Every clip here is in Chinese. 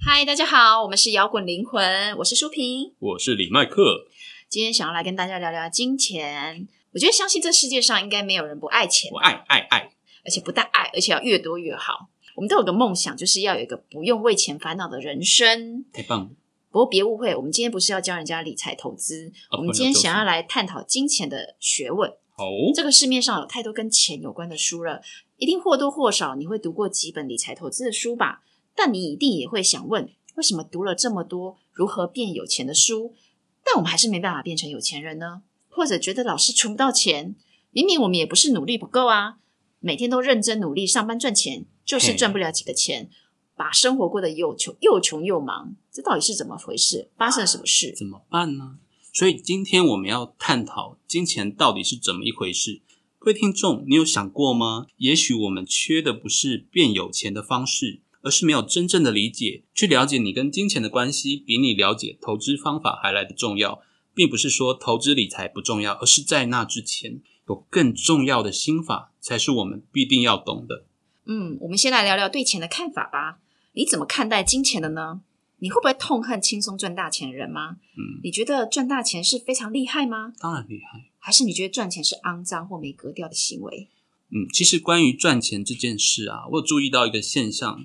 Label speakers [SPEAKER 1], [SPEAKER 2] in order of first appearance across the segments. [SPEAKER 1] 嗨，大家好，我们是摇滚灵魂，我是舒平。
[SPEAKER 2] 我是李麦克，
[SPEAKER 1] 今天想要来跟大家聊聊金钱。我觉得相信这世界上应该没有人不爱钱，
[SPEAKER 2] 我爱爱爱。
[SPEAKER 1] 而且不但爱，而且要越多越好。我们都有个梦想，就是要有一个不用为钱烦恼的人生。
[SPEAKER 2] 太棒了！
[SPEAKER 1] 不过别误会，我们今天不是要教人家理财投资，
[SPEAKER 2] 哦
[SPEAKER 1] 我们今天想要来探讨金钱的学问。
[SPEAKER 2] 好，
[SPEAKER 1] 这个市面上有太多跟钱有关的书了，一定或多或少你会读过几本理财投资的书吧？但你一定也会想问，为什么读了这么多如何变有钱的书，但我们还是没办法变成有钱人呢？或者觉得老是存不到钱，明明我们也不是努力不够啊，每天都认真努力上班赚钱，就是
[SPEAKER 2] 嘿
[SPEAKER 1] 赚不了几个钱，把生活过得又穷又穷又忙，这到底是怎么回事？发生了什么事？
[SPEAKER 2] 怎么办呢？所以今天我们要探讨金钱到底是怎么一回事。各位听众，你有想过吗？也许我们缺的不是变有钱的方式，而是没有真正的理解，去了解你跟金钱的关系，比你了解投资方法还来得重要。并不是说投资理财不重要，而是在那之前有更重要的心法才是我们必定要懂的。
[SPEAKER 1] 嗯，我们先来聊聊对钱的看法吧。你怎么看待金钱的呢？你会不会痛恨轻松赚大钱的人吗？
[SPEAKER 2] 嗯，
[SPEAKER 1] 你觉得赚大钱是非常厉害吗？
[SPEAKER 2] 当然厉害。
[SPEAKER 1] 还是你觉得赚钱是肮脏或没格调的行为？
[SPEAKER 2] 嗯，其实关于赚钱这件事啊，我有注意到一个现象，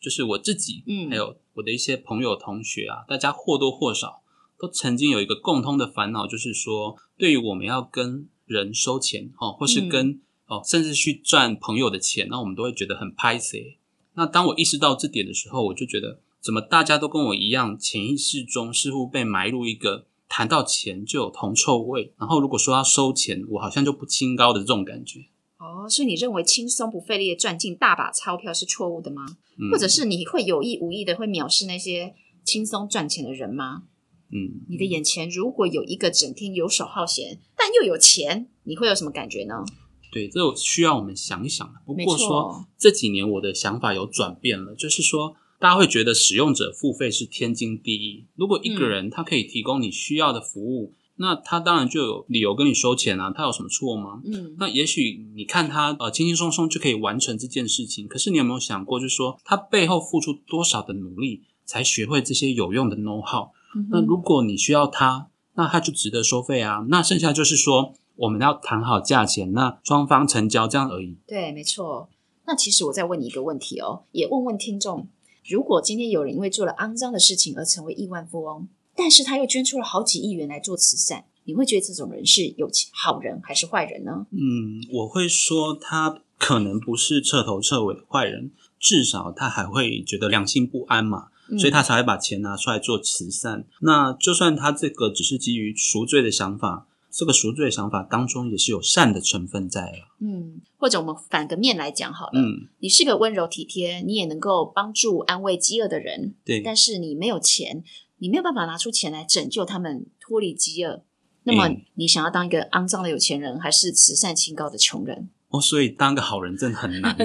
[SPEAKER 2] 就是我自己，
[SPEAKER 1] 嗯
[SPEAKER 2] 还有我的一些朋友同学啊，大家或多或少都曾经有一个共通的烦恼，就是说，对于我们要跟人收钱哦，或是
[SPEAKER 1] 嗯
[SPEAKER 2] 跟、哦，甚至去赚朋友的钱，那我们都会觉得很拍谁。那当我意识到这点的时候，我就觉得，怎么大家都跟我一样，潜意识中似乎被埋入一个谈到钱就有铜臭味，然后如果说要收钱，我好像就不清高的这种感觉。
[SPEAKER 1] 哦，所以你认为轻松不费力的赚进大把钞票是错误的吗？
[SPEAKER 2] 嗯
[SPEAKER 1] 或者是你会有意无意的会藐视那些轻松赚钱的人吗？
[SPEAKER 2] 嗯，
[SPEAKER 1] 你的眼前如果有一个整天游手好闲但又有钱，你会有什么感觉呢？
[SPEAKER 2] 对，这有需要我们想一想啊。不
[SPEAKER 1] 没
[SPEAKER 2] 过说
[SPEAKER 1] 错
[SPEAKER 2] 这几年我的想法有转变了，就是说大家会觉得使用者付费是天经地义。如果一个
[SPEAKER 1] 嗯
[SPEAKER 2] 人他可以提供你需要的服务，那他当然就有理由跟你收钱啊，他有什么错吗？
[SPEAKER 1] 嗯，
[SPEAKER 2] 那也许你看他呃轻轻松松就可以完成这件事情，可是你有没有想过，就是说他背后付出多少的努力才学会这些有用的 know how？
[SPEAKER 1] 嗯哼
[SPEAKER 2] 那如果你需要它，那它就值得收费啊。那剩下就是说，我们要谈好价钱，那双方成交这样而已。
[SPEAKER 1] 对，没错。那其实我再问你一个问题哦，也问问听众：如果今天有人因为做了肮脏的事情而成为亿万富翁，但是他又捐出了好几亿元来做慈善，你会觉得这种人是有钱好人还是坏人呢？
[SPEAKER 2] 嗯，我会说他可能不是彻头彻尾的坏人，至少他还会觉得良心不安嘛，
[SPEAKER 1] 嗯
[SPEAKER 2] 所以他才会把钱拿出来做慈善。那就算他这个只是基于赎罪的想法，这个赎罪的想法当中也是有善的成分在啊了。
[SPEAKER 1] 嗯，或者我们反个面来讲好了，
[SPEAKER 2] 嗯，
[SPEAKER 1] 你是个温柔体贴，你也能够帮助安慰饥饿的人，
[SPEAKER 2] 对，
[SPEAKER 1] 但是你没有钱，你没有办法拿出钱来拯救他们脱离饥饿。那么
[SPEAKER 2] 嗯，
[SPEAKER 1] 你想要当一个肮脏的有钱人，还是慈善清高的穷人？
[SPEAKER 2] 哦，所以当个好人真的很难。
[SPEAKER 1] 对，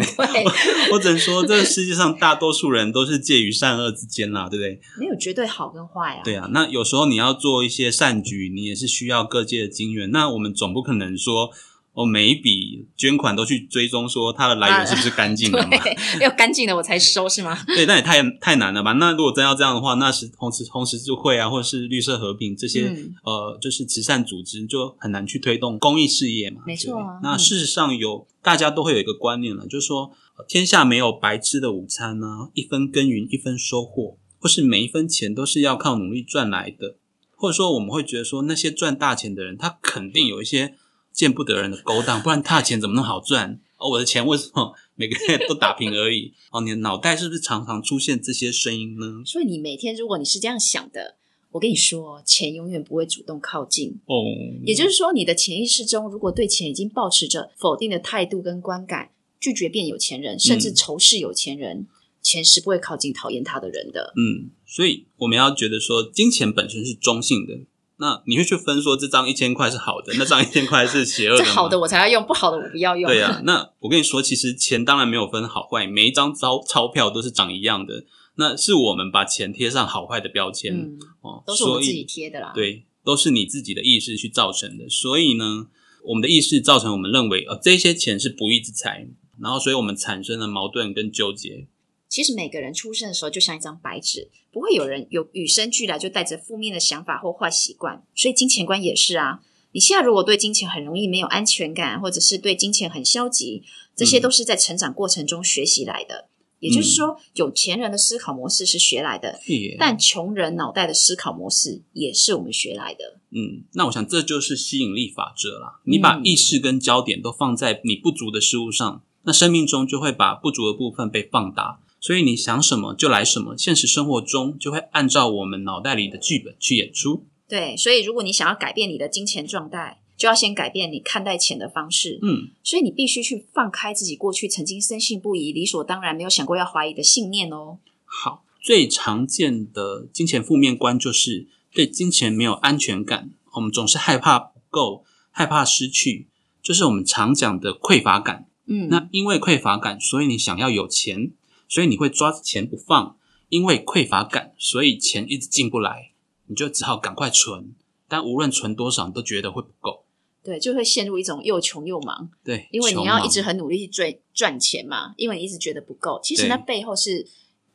[SPEAKER 2] 我只能说，这个世界上大多数人都是介于善恶之间啦，对不对？
[SPEAKER 1] 没有绝对好跟坏啊。
[SPEAKER 2] 对啊，那有时候你要做一些善举，你也是需要各界的金援。那我们总不可能说，哦，每一笔捐款都去追踪说它的来源是不是干净的嘛？
[SPEAKER 1] 对，要干净的我才收是吗？
[SPEAKER 2] 对，那也太太难了吧？那如果真要这样的话，那是红十红十字会啊，或者是绿色和平这些、
[SPEAKER 1] 嗯
[SPEAKER 2] 呃，就是慈善组织就很难去推动公益事业嘛。
[SPEAKER 1] 没错啊
[SPEAKER 2] 对不对
[SPEAKER 1] 嗯
[SPEAKER 2] 那事实上有大家都会有一个观念了，就是说呃天下没有白吃的午餐呢、一分耕耘一分收获，或是每一分钱都是要靠努力赚来的，或者说我们会觉得说那些赚大钱的人，他肯定有一些见不得人的勾当，不然他的钱怎么那么好赚？哦，我的钱为什么 每个月都打平而已？哦，你的脑袋是不是常常出现这些声音呢？
[SPEAKER 1] 所以你每天如果你是这样想的，我跟你说，钱永远不会主动靠近。
[SPEAKER 2] 哦，
[SPEAKER 1] 也就是说，你的潜意识中如果对钱已经
[SPEAKER 2] 嗯
[SPEAKER 1] 保持着否定的态度跟观感，拒绝变有钱人，甚至仇视有钱人，钱是不会靠近讨厌他的人的。
[SPEAKER 2] 嗯，所以我们要觉得说，金钱本身是中性的。那你会去分说这张一千块是好的，那张一千块是邪恶
[SPEAKER 1] 这
[SPEAKER 2] 的吗？
[SPEAKER 1] 好的我才要用，不好的我不要用。
[SPEAKER 2] 啊对啊 呀、那我跟你说，其实钱当然没有分好坏，每一张钞钞票都是长一样的。那是我们把钱贴上好坏的标签、
[SPEAKER 1] 嗯，
[SPEAKER 2] 哦，
[SPEAKER 1] 都是我们
[SPEAKER 2] 所以
[SPEAKER 1] 自己贴的啦。，
[SPEAKER 2] 对，都是你自己的意识去造成的。所以呢，我们的意识造成我们认为，呃，这些钱是不义之财，然后所以我们产生了矛盾跟纠结。
[SPEAKER 1] 其实每个人出生的时候就像一张白纸，不会有人有与生俱来就带着负面的想法或坏习惯，所以金钱观也是啊。你现在如果对金钱很容易没有安全感，或者是对金钱很消极，这些
[SPEAKER 2] 嗯
[SPEAKER 1] 都是在成长过程中学习来的。也就是说，有钱人的思考模式是学来的，
[SPEAKER 2] 对耶
[SPEAKER 1] 但穷人脑袋的思考模式也是我们学来的。
[SPEAKER 2] 嗯，那我想这就是吸引力法则啦。你把
[SPEAKER 1] 嗯
[SPEAKER 2] 意识跟焦点都放在你不足的事物上，那生命中就会把不足的部分被放大。所以你想什么就来什么，现实生活中就会按照我们脑袋里的剧本去演出。
[SPEAKER 1] 对，所以如果你想要改变你的金钱状态，就要先改变你看待钱的方式。
[SPEAKER 2] 嗯，
[SPEAKER 1] 所以你必须去放开自己过去曾经深信不疑、理所当然、没有想过要怀疑的信念哦。
[SPEAKER 2] 好，最常见的金钱负面观就是对金钱没有安全感，我们总是害怕不够，害怕失去，就是我们常讲的匮乏感。
[SPEAKER 1] 嗯，
[SPEAKER 2] 那因为匮乏感，所以你想要有钱，所以你会抓钱不放。因为匮乏感，所以钱一直进不来，你就只好赶快存。但无论存多少，你都觉得会不够。
[SPEAKER 1] 对，就会陷入一种又穷又忙，
[SPEAKER 2] 对，
[SPEAKER 1] 因为你
[SPEAKER 2] 穷
[SPEAKER 1] 要
[SPEAKER 2] 忙
[SPEAKER 1] 一直很努力去赚赚钱嘛，因为你一直觉得不够。其实
[SPEAKER 2] 对
[SPEAKER 1] 那背后是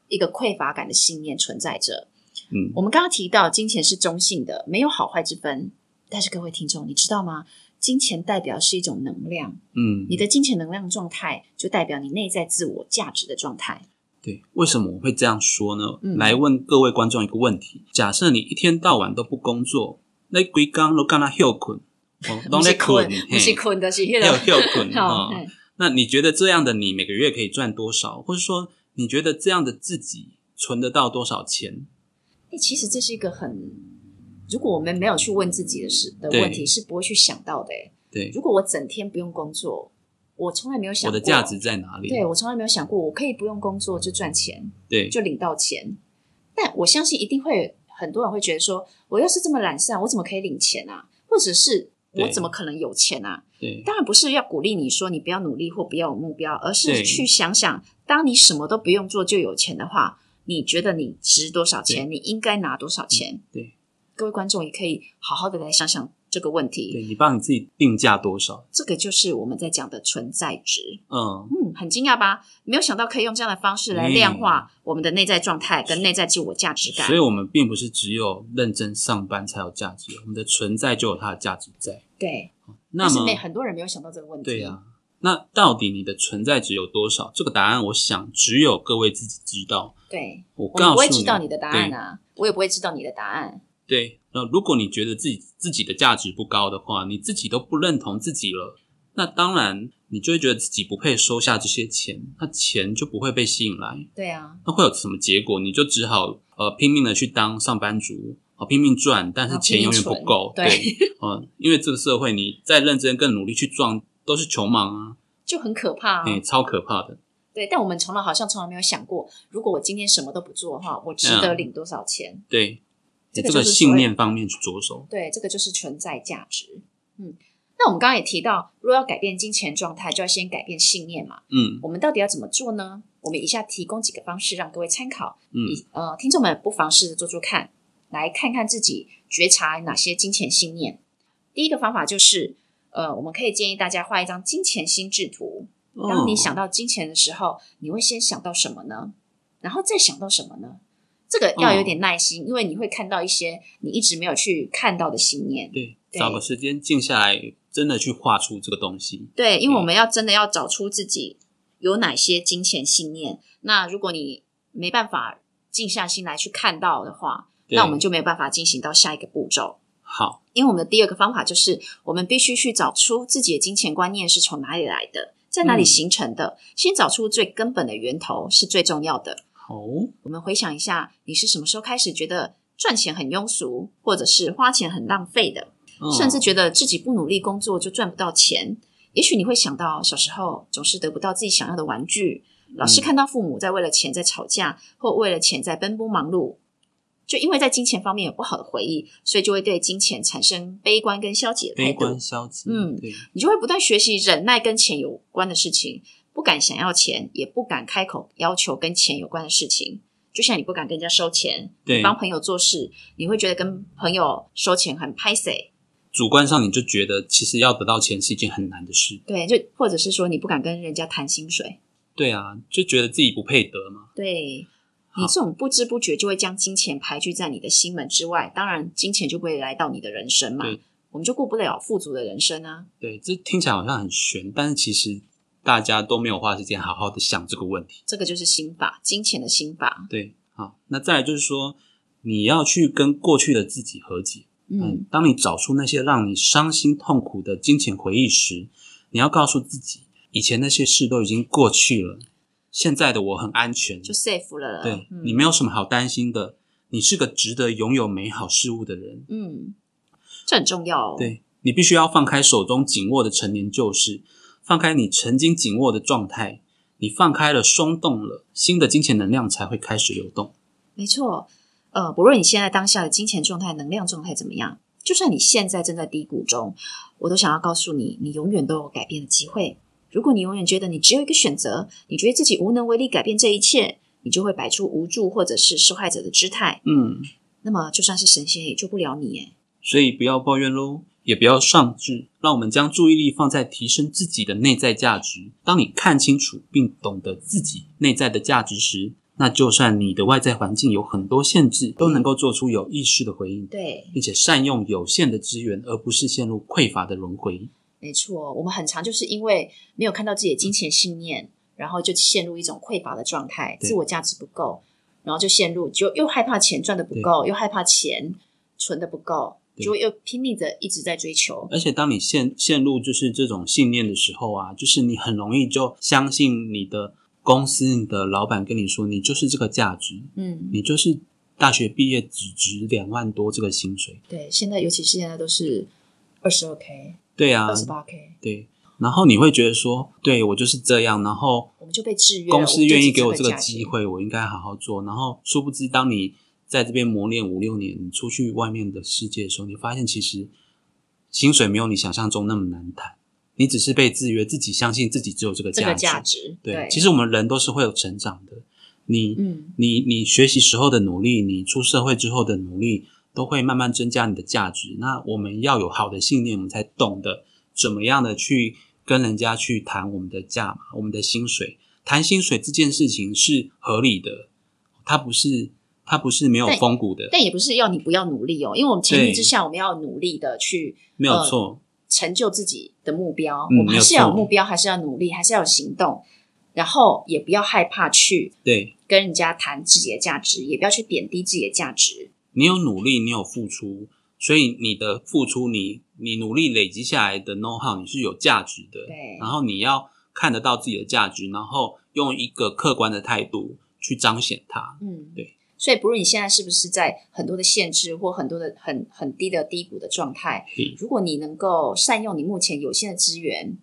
[SPEAKER 1] 一个匮乏感的信念存在着。
[SPEAKER 2] 嗯
[SPEAKER 1] 我们刚刚提到，金钱是中性的，没有好坏之分。但是各位听众，你知道吗？金钱代表是一种能量，
[SPEAKER 2] 嗯，
[SPEAKER 1] 你的金钱能量状态就代表你内在自我价值的状态。
[SPEAKER 2] 对，为什么我会这样说呢？
[SPEAKER 1] 嗯
[SPEAKER 2] 来问各位观众一个问题：假设你一天到晚都不工作，那规工都干那 休困，哦，都
[SPEAKER 1] 不是
[SPEAKER 2] 在困，
[SPEAKER 1] 不是
[SPEAKER 2] 嘿
[SPEAKER 1] 困的，是那
[SPEAKER 2] 要
[SPEAKER 1] 个
[SPEAKER 2] 休困
[SPEAKER 1] 好
[SPEAKER 2] 哦
[SPEAKER 1] 嗯
[SPEAKER 2] 那你觉得这样的你每个月可以赚多少？或者说，你觉得这样的自己存得到多少钱？
[SPEAKER 1] 欸，其实这是一个很，如果我们没有去问自己的事的
[SPEAKER 2] 对
[SPEAKER 1] 问题，是不会去想到的、欸。
[SPEAKER 2] 对，
[SPEAKER 1] 如果我整天不用工作，我从来没有想
[SPEAKER 2] 我
[SPEAKER 1] 过
[SPEAKER 2] 的价值，在哪里？
[SPEAKER 1] 对我从来没有想过，我可以不用工作就赚钱，
[SPEAKER 2] 对
[SPEAKER 1] 就领到钱。但我相信一定会很多人会觉得说，我要是这么懒散，我怎么可以领钱啊？或者是我
[SPEAKER 2] 对
[SPEAKER 1] 怎么可能有钱啊？
[SPEAKER 2] 对
[SPEAKER 1] 当然不是要鼓励你说你不要努力或不要有目标，而是
[SPEAKER 2] 对
[SPEAKER 1] 去想想，当你什么都不用做就有钱的话，你觉得你值多少钱？你应该拿多少钱？
[SPEAKER 2] 嗯对，
[SPEAKER 1] 各位观众也可以好好的来想想这个问题。
[SPEAKER 2] 对，你帮你自己定价多少？
[SPEAKER 1] 这个就是我们在讲的存在值。
[SPEAKER 2] 嗯，
[SPEAKER 1] 嗯，很惊讶吧？没有想到可以用这样的方式来
[SPEAKER 2] 嗯
[SPEAKER 1] 量化我们的内在状态跟内在自我价值感
[SPEAKER 2] 所以。我们并不是只有认真上班才有价值，我们的存在就有它的价值在。
[SPEAKER 1] 对，
[SPEAKER 2] 那
[SPEAKER 1] 但是
[SPEAKER 2] 么
[SPEAKER 1] 没很多人没有想到这个问题。
[SPEAKER 2] 对呀、啊那到底你的存在值有多少？这个答案，我想只有各位自己知道。
[SPEAKER 1] 对，
[SPEAKER 2] 我
[SPEAKER 1] 我们
[SPEAKER 2] 告
[SPEAKER 1] 不
[SPEAKER 2] 诉
[SPEAKER 1] 会
[SPEAKER 2] 你，
[SPEAKER 1] 知道你的答案啊，我也不会知道你的答案。
[SPEAKER 2] 对，那如果你觉得自己自己的价值不高的话，你自己都不认同自己了，那当然你就会觉得自己不配收下这些钱，那钱就不会被吸引来，
[SPEAKER 1] 对啊，
[SPEAKER 2] 那会有什么结果？你就只好呃拼命的去当上班族。哦，拼命赚，但是
[SPEAKER 1] 啊
[SPEAKER 2] 钱
[SPEAKER 1] 拼命
[SPEAKER 2] 永远不
[SPEAKER 1] 存
[SPEAKER 2] 够。
[SPEAKER 1] 对，
[SPEAKER 2] 嗯，因为这个社会，你再认真、更努力去赚，都是穷忙啊，
[SPEAKER 1] 就很可怕啊。
[SPEAKER 2] 哎、超可怕的。
[SPEAKER 1] 对，但我们从来好像从来没有想过，如果我今天什么都不做的话，我值得领多少钱？
[SPEAKER 2] 对，
[SPEAKER 1] 这个
[SPEAKER 2] 这
[SPEAKER 1] 就
[SPEAKER 2] 个
[SPEAKER 1] 是所
[SPEAKER 2] 信
[SPEAKER 1] 谓
[SPEAKER 2] 念方面去着手。
[SPEAKER 1] 对，这个就是存在价值。嗯，那我们刚刚也提到，如果要改变金钱状态，就要先改变信念嘛。
[SPEAKER 2] 嗯
[SPEAKER 1] 我们到底要怎么做呢？我们以下提供几个方式让各位参考，
[SPEAKER 2] 嗯，
[SPEAKER 1] 以呃，听众们不妨试着做做看，来看看自己觉察哪些金钱信念。第一个方法就是，呃，我们可以建议大家画一张金钱心智图，当你
[SPEAKER 2] 哦
[SPEAKER 1] 想到金钱的时候，你会先想到什么呢？然后再想到什么呢？这个要有
[SPEAKER 2] 嗯
[SPEAKER 1] 点耐心，因为你会看到一些你一直没有去看到的信念。
[SPEAKER 2] 对，
[SPEAKER 1] 对
[SPEAKER 2] 找个时间静下来，真的去画出这个东西。
[SPEAKER 1] 对，因为
[SPEAKER 2] 嗯
[SPEAKER 1] 我们要真的要找出自己有哪些金钱信念。那如果你没办法静下心来去看到的话，
[SPEAKER 2] 对
[SPEAKER 1] 那我们就没有办法进行到下一个步骤。
[SPEAKER 2] 好，
[SPEAKER 1] 因为我们的第二个方法就是，我们必须去找出自己的金钱观念是从哪里来的，在哪里
[SPEAKER 2] 嗯
[SPEAKER 1] 形成的。先找出最根本的源头是最重要的。
[SPEAKER 2] 好，哦
[SPEAKER 1] 我们回想一下，你是什么时候开始觉得赚钱很庸俗，或者是花钱很浪费的，
[SPEAKER 2] 嗯
[SPEAKER 1] 甚至觉得自己不努力工作就赚不到钱？也许你会想到小时候总是得不到自己想要的玩具，老
[SPEAKER 2] 嗯
[SPEAKER 1] 师看到父母在为了钱在吵架，或为了钱在奔波忙碌，就因为在金钱方面有不好的回忆，所以就会对金钱产生悲观跟消极的态
[SPEAKER 2] 悲
[SPEAKER 1] 度
[SPEAKER 2] 观。消极，
[SPEAKER 1] 嗯
[SPEAKER 2] 对，
[SPEAKER 1] 你就会不断学习忍耐跟钱有关的事情，不敢想要钱，也不敢开口要求跟钱有关的事情。就像你不敢跟人家收钱，
[SPEAKER 2] 对
[SPEAKER 1] 你帮朋友做事，你会觉得跟朋友收钱很拍谁？
[SPEAKER 2] 主观上你就觉得其实要得到钱是一件很难的事，
[SPEAKER 1] 对，就或者是说你不敢跟人家谈薪水，
[SPEAKER 2] 对啊，就觉得自己不配得嘛，
[SPEAKER 1] 对你这种不知不觉就会将金钱排拒在你的心门之外，当然金钱就不会来到你的人生嘛
[SPEAKER 2] 对，
[SPEAKER 1] 我们就过不了富足的人生啊。
[SPEAKER 2] 对，这听起来好像很悬，但是其实大家都没有花时间好好的想这个问题。
[SPEAKER 1] 这个就是心法，金钱的心法。
[SPEAKER 2] 对，好，那再来就是说，你要去跟过去的自己和解。
[SPEAKER 1] 嗯，，
[SPEAKER 2] 当你找出那些让你伤心痛苦的金钱回忆时，你要告诉自己，以前那些事都已经过去了，现在的我很安全。
[SPEAKER 1] 就 safe 了啦。
[SPEAKER 2] 对、
[SPEAKER 1] 嗯、
[SPEAKER 2] 你没有什么好担心的，你是个值得拥有美好事物的人。
[SPEAKER 1] 嗯，这很重要哦。，
[SPEAKER 2] 对你必须要放开手中紧握的陈年旧事，放开你曾经紧握的状态，你放开了，松动了，新的金钱能量才会开始流动。
[SPEAKER 1] 没错。呃，不论你现在当下的金钱状态、能量状态怎么样，就算你现在正在低谷中，我都想要告诉你，你永远都有改变的机会。如果你永远觉得你只有一个选择，你觉得自己无能为力改变这一切，你就会摆出无助或者是受害者的姿态。
[SPEAKER 2] 嗯，
[SPEAKER 1] 那么，就算是神仙也救不了你耶。
[SPEAKER 2] 所以不要抱怨喽，也不要上志，让我们将注意力放在提升自己的内在价值。当你看清楚并懂得自己内在的价值时，那就算你的外在环境有很多限制，都能够做出有意识的回应，
[SPEAKER 1] 对，
[SPEAKER 2] 并且善用有限的资源，而不是陷入匮乏的轮回。
[SPEAKER 1] 没错，我们很常就是因为没有看到自己的金钱信念，然后就陷入一种匮乏的状态，
[SPEAKER 2] 对
[SPEAKER 1] 自我价值不够，然后就陷入就又害怕钱赚的不够，又害怕钱存的不够，
[SPEAKER 2] 对呃
[SPEAKER 1] 就又拼命的一直在追求。
[SPEAKER 2] 而且，当你陷陷入就是这种信念的时候啊，就是你很容易就相信你的公司、你的老板跟你说，你就是这个价值，
[SPEAKER 1] 嗯，
[SPEAKER 2] 你就是大学毕业只值两万多这个薪水。
[SPEAKER 1] 对，现在尤其是现在都是二十二 k、
[SPEAKER 2] 对啊
[SPEAKER 1] 二，十八 k，
[SPEAKER 2] 对。然后你会觉得说，对我就是这样，然后
[SPEAKER 1] 我们就被制约了
[SPEAKER 2] 公司愿意给我这个
[SPEAKER 1] 我们就只
[SPEAKER 2] 机
[SPEAKER 1] 有这个
[SPEAKER 2] 会，我应该好好做。然后殊不知，当你在这边磨练五六年，你出去外面的世界的时候，你发现其实薪水没有你想象中那么难谈，你只是被制约，自己相信自己只有这个
[SPEAKER 1] 这
[SPEAKER 2] 价
[SPEAKER 1] 个
[SPEAKER 2] 值。
[SPEAKER 1] 价值。
[SPEAKER 2] 对，其实我们人都是会有成长的，你
[SPEAKER 1] 嗯，
[SPEAKER 2] 你你学习时候的努力，你出社会之后的努力，都会慢慢增加你的价值。那我们要有好的信念，我们才懂得怎么样的去跟人家去谈我们的价嘛，我们的薪水。谈薪水这件事情是合理的，它不是它不是没有
[SPEAKER 1] 对
[SPEAKER 2] 风骨的，
[SPEAKER 1] 但也不是要你不要努力哦，因为我们前提
[SPEAKER 2] 对
[SPEAKER 1] 之下，我们要努力的去
[SPEAKER 2] 没有错。
[SPEAKER 1] 成就自己的目标，
[SPEAKER 2] 嗯
[SPEAKER 1] 我们还是要有
[SPEAKER 2] 没有错
[SPEAKER 1] 目标，还是要努力，还是要有行动，然后也不要害怕去
[SPEAKER 2] 对
[SPEAKER 1] 跟人家谈自己的价值，也不要去贬低自己的价值。
[SPEAKER 2] 你有努力，你有付出，所以你的付出，你你努力累积下来的 know how，你是有价值的。
[SPEAKER 1] 对
[SPEAKER 2] 然后你要看得到自己的价值，然后用一个客观的态度去彰显它。
[SPEAKER 1] 嗯，
[SPEAKER 2] 对。
[SPEAKER 1] 所以，不论你现在是不是在很多的限制或很多的很很低的低谷的状态，
[SPEAKER 2] 嘿
[SPEAKER 1] 如果你能够善用你目前有限的资源，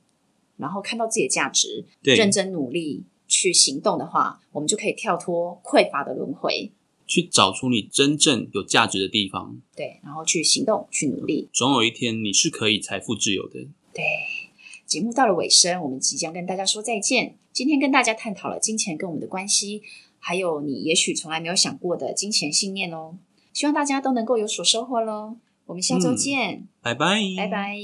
[SPEAKER 1] 然后看到自己的价值，
[SPEAKER 2] 对
[SPEAKER 1] 认真努力去行动的话，我们就可以跳脱匮乏的轮回，
[SPEAKER 2] 去找出你真正有价值的地方，
[SPEAKER 1] 对，然后去行动，去努力。
[SPEAKER 2] 总有一天你是可以财富自由的。
[SPEAKER 1] 对，节目到了尾声，我们即将跟大家说再见。今天跟大家探讨了金钱跟我们的关系，还有你也许从来没有想过的金钱信念哦。希望大家都能够有所收获喽。我们下周
[SPEAKER 2] 嗯
[SPEAKER 1] 见，
[SPEAKER 2] 拜拜，
[SPEAKER 1] 拜。拜。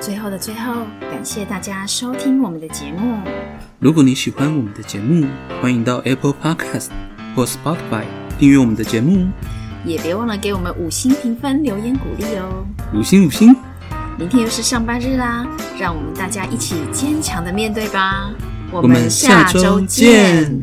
[SPEAKER 1] 最后的最后，感谢大家收听我们的节目。
[SPEAKER 2] 如果你喜欢我们的节目，欢迎到 Apple Podcast 或 Spotify 订阅我们的节目，
[SPEAKER 1] 也别忘了给我们五星评分、留言鼓励哦！
[SPEAKER 2] 五星五星。
[SPEAKER 1] 明天又是上班日啦，让我们大家一起坚强的面对吧！我
[SPEAKER 2] 我们下周见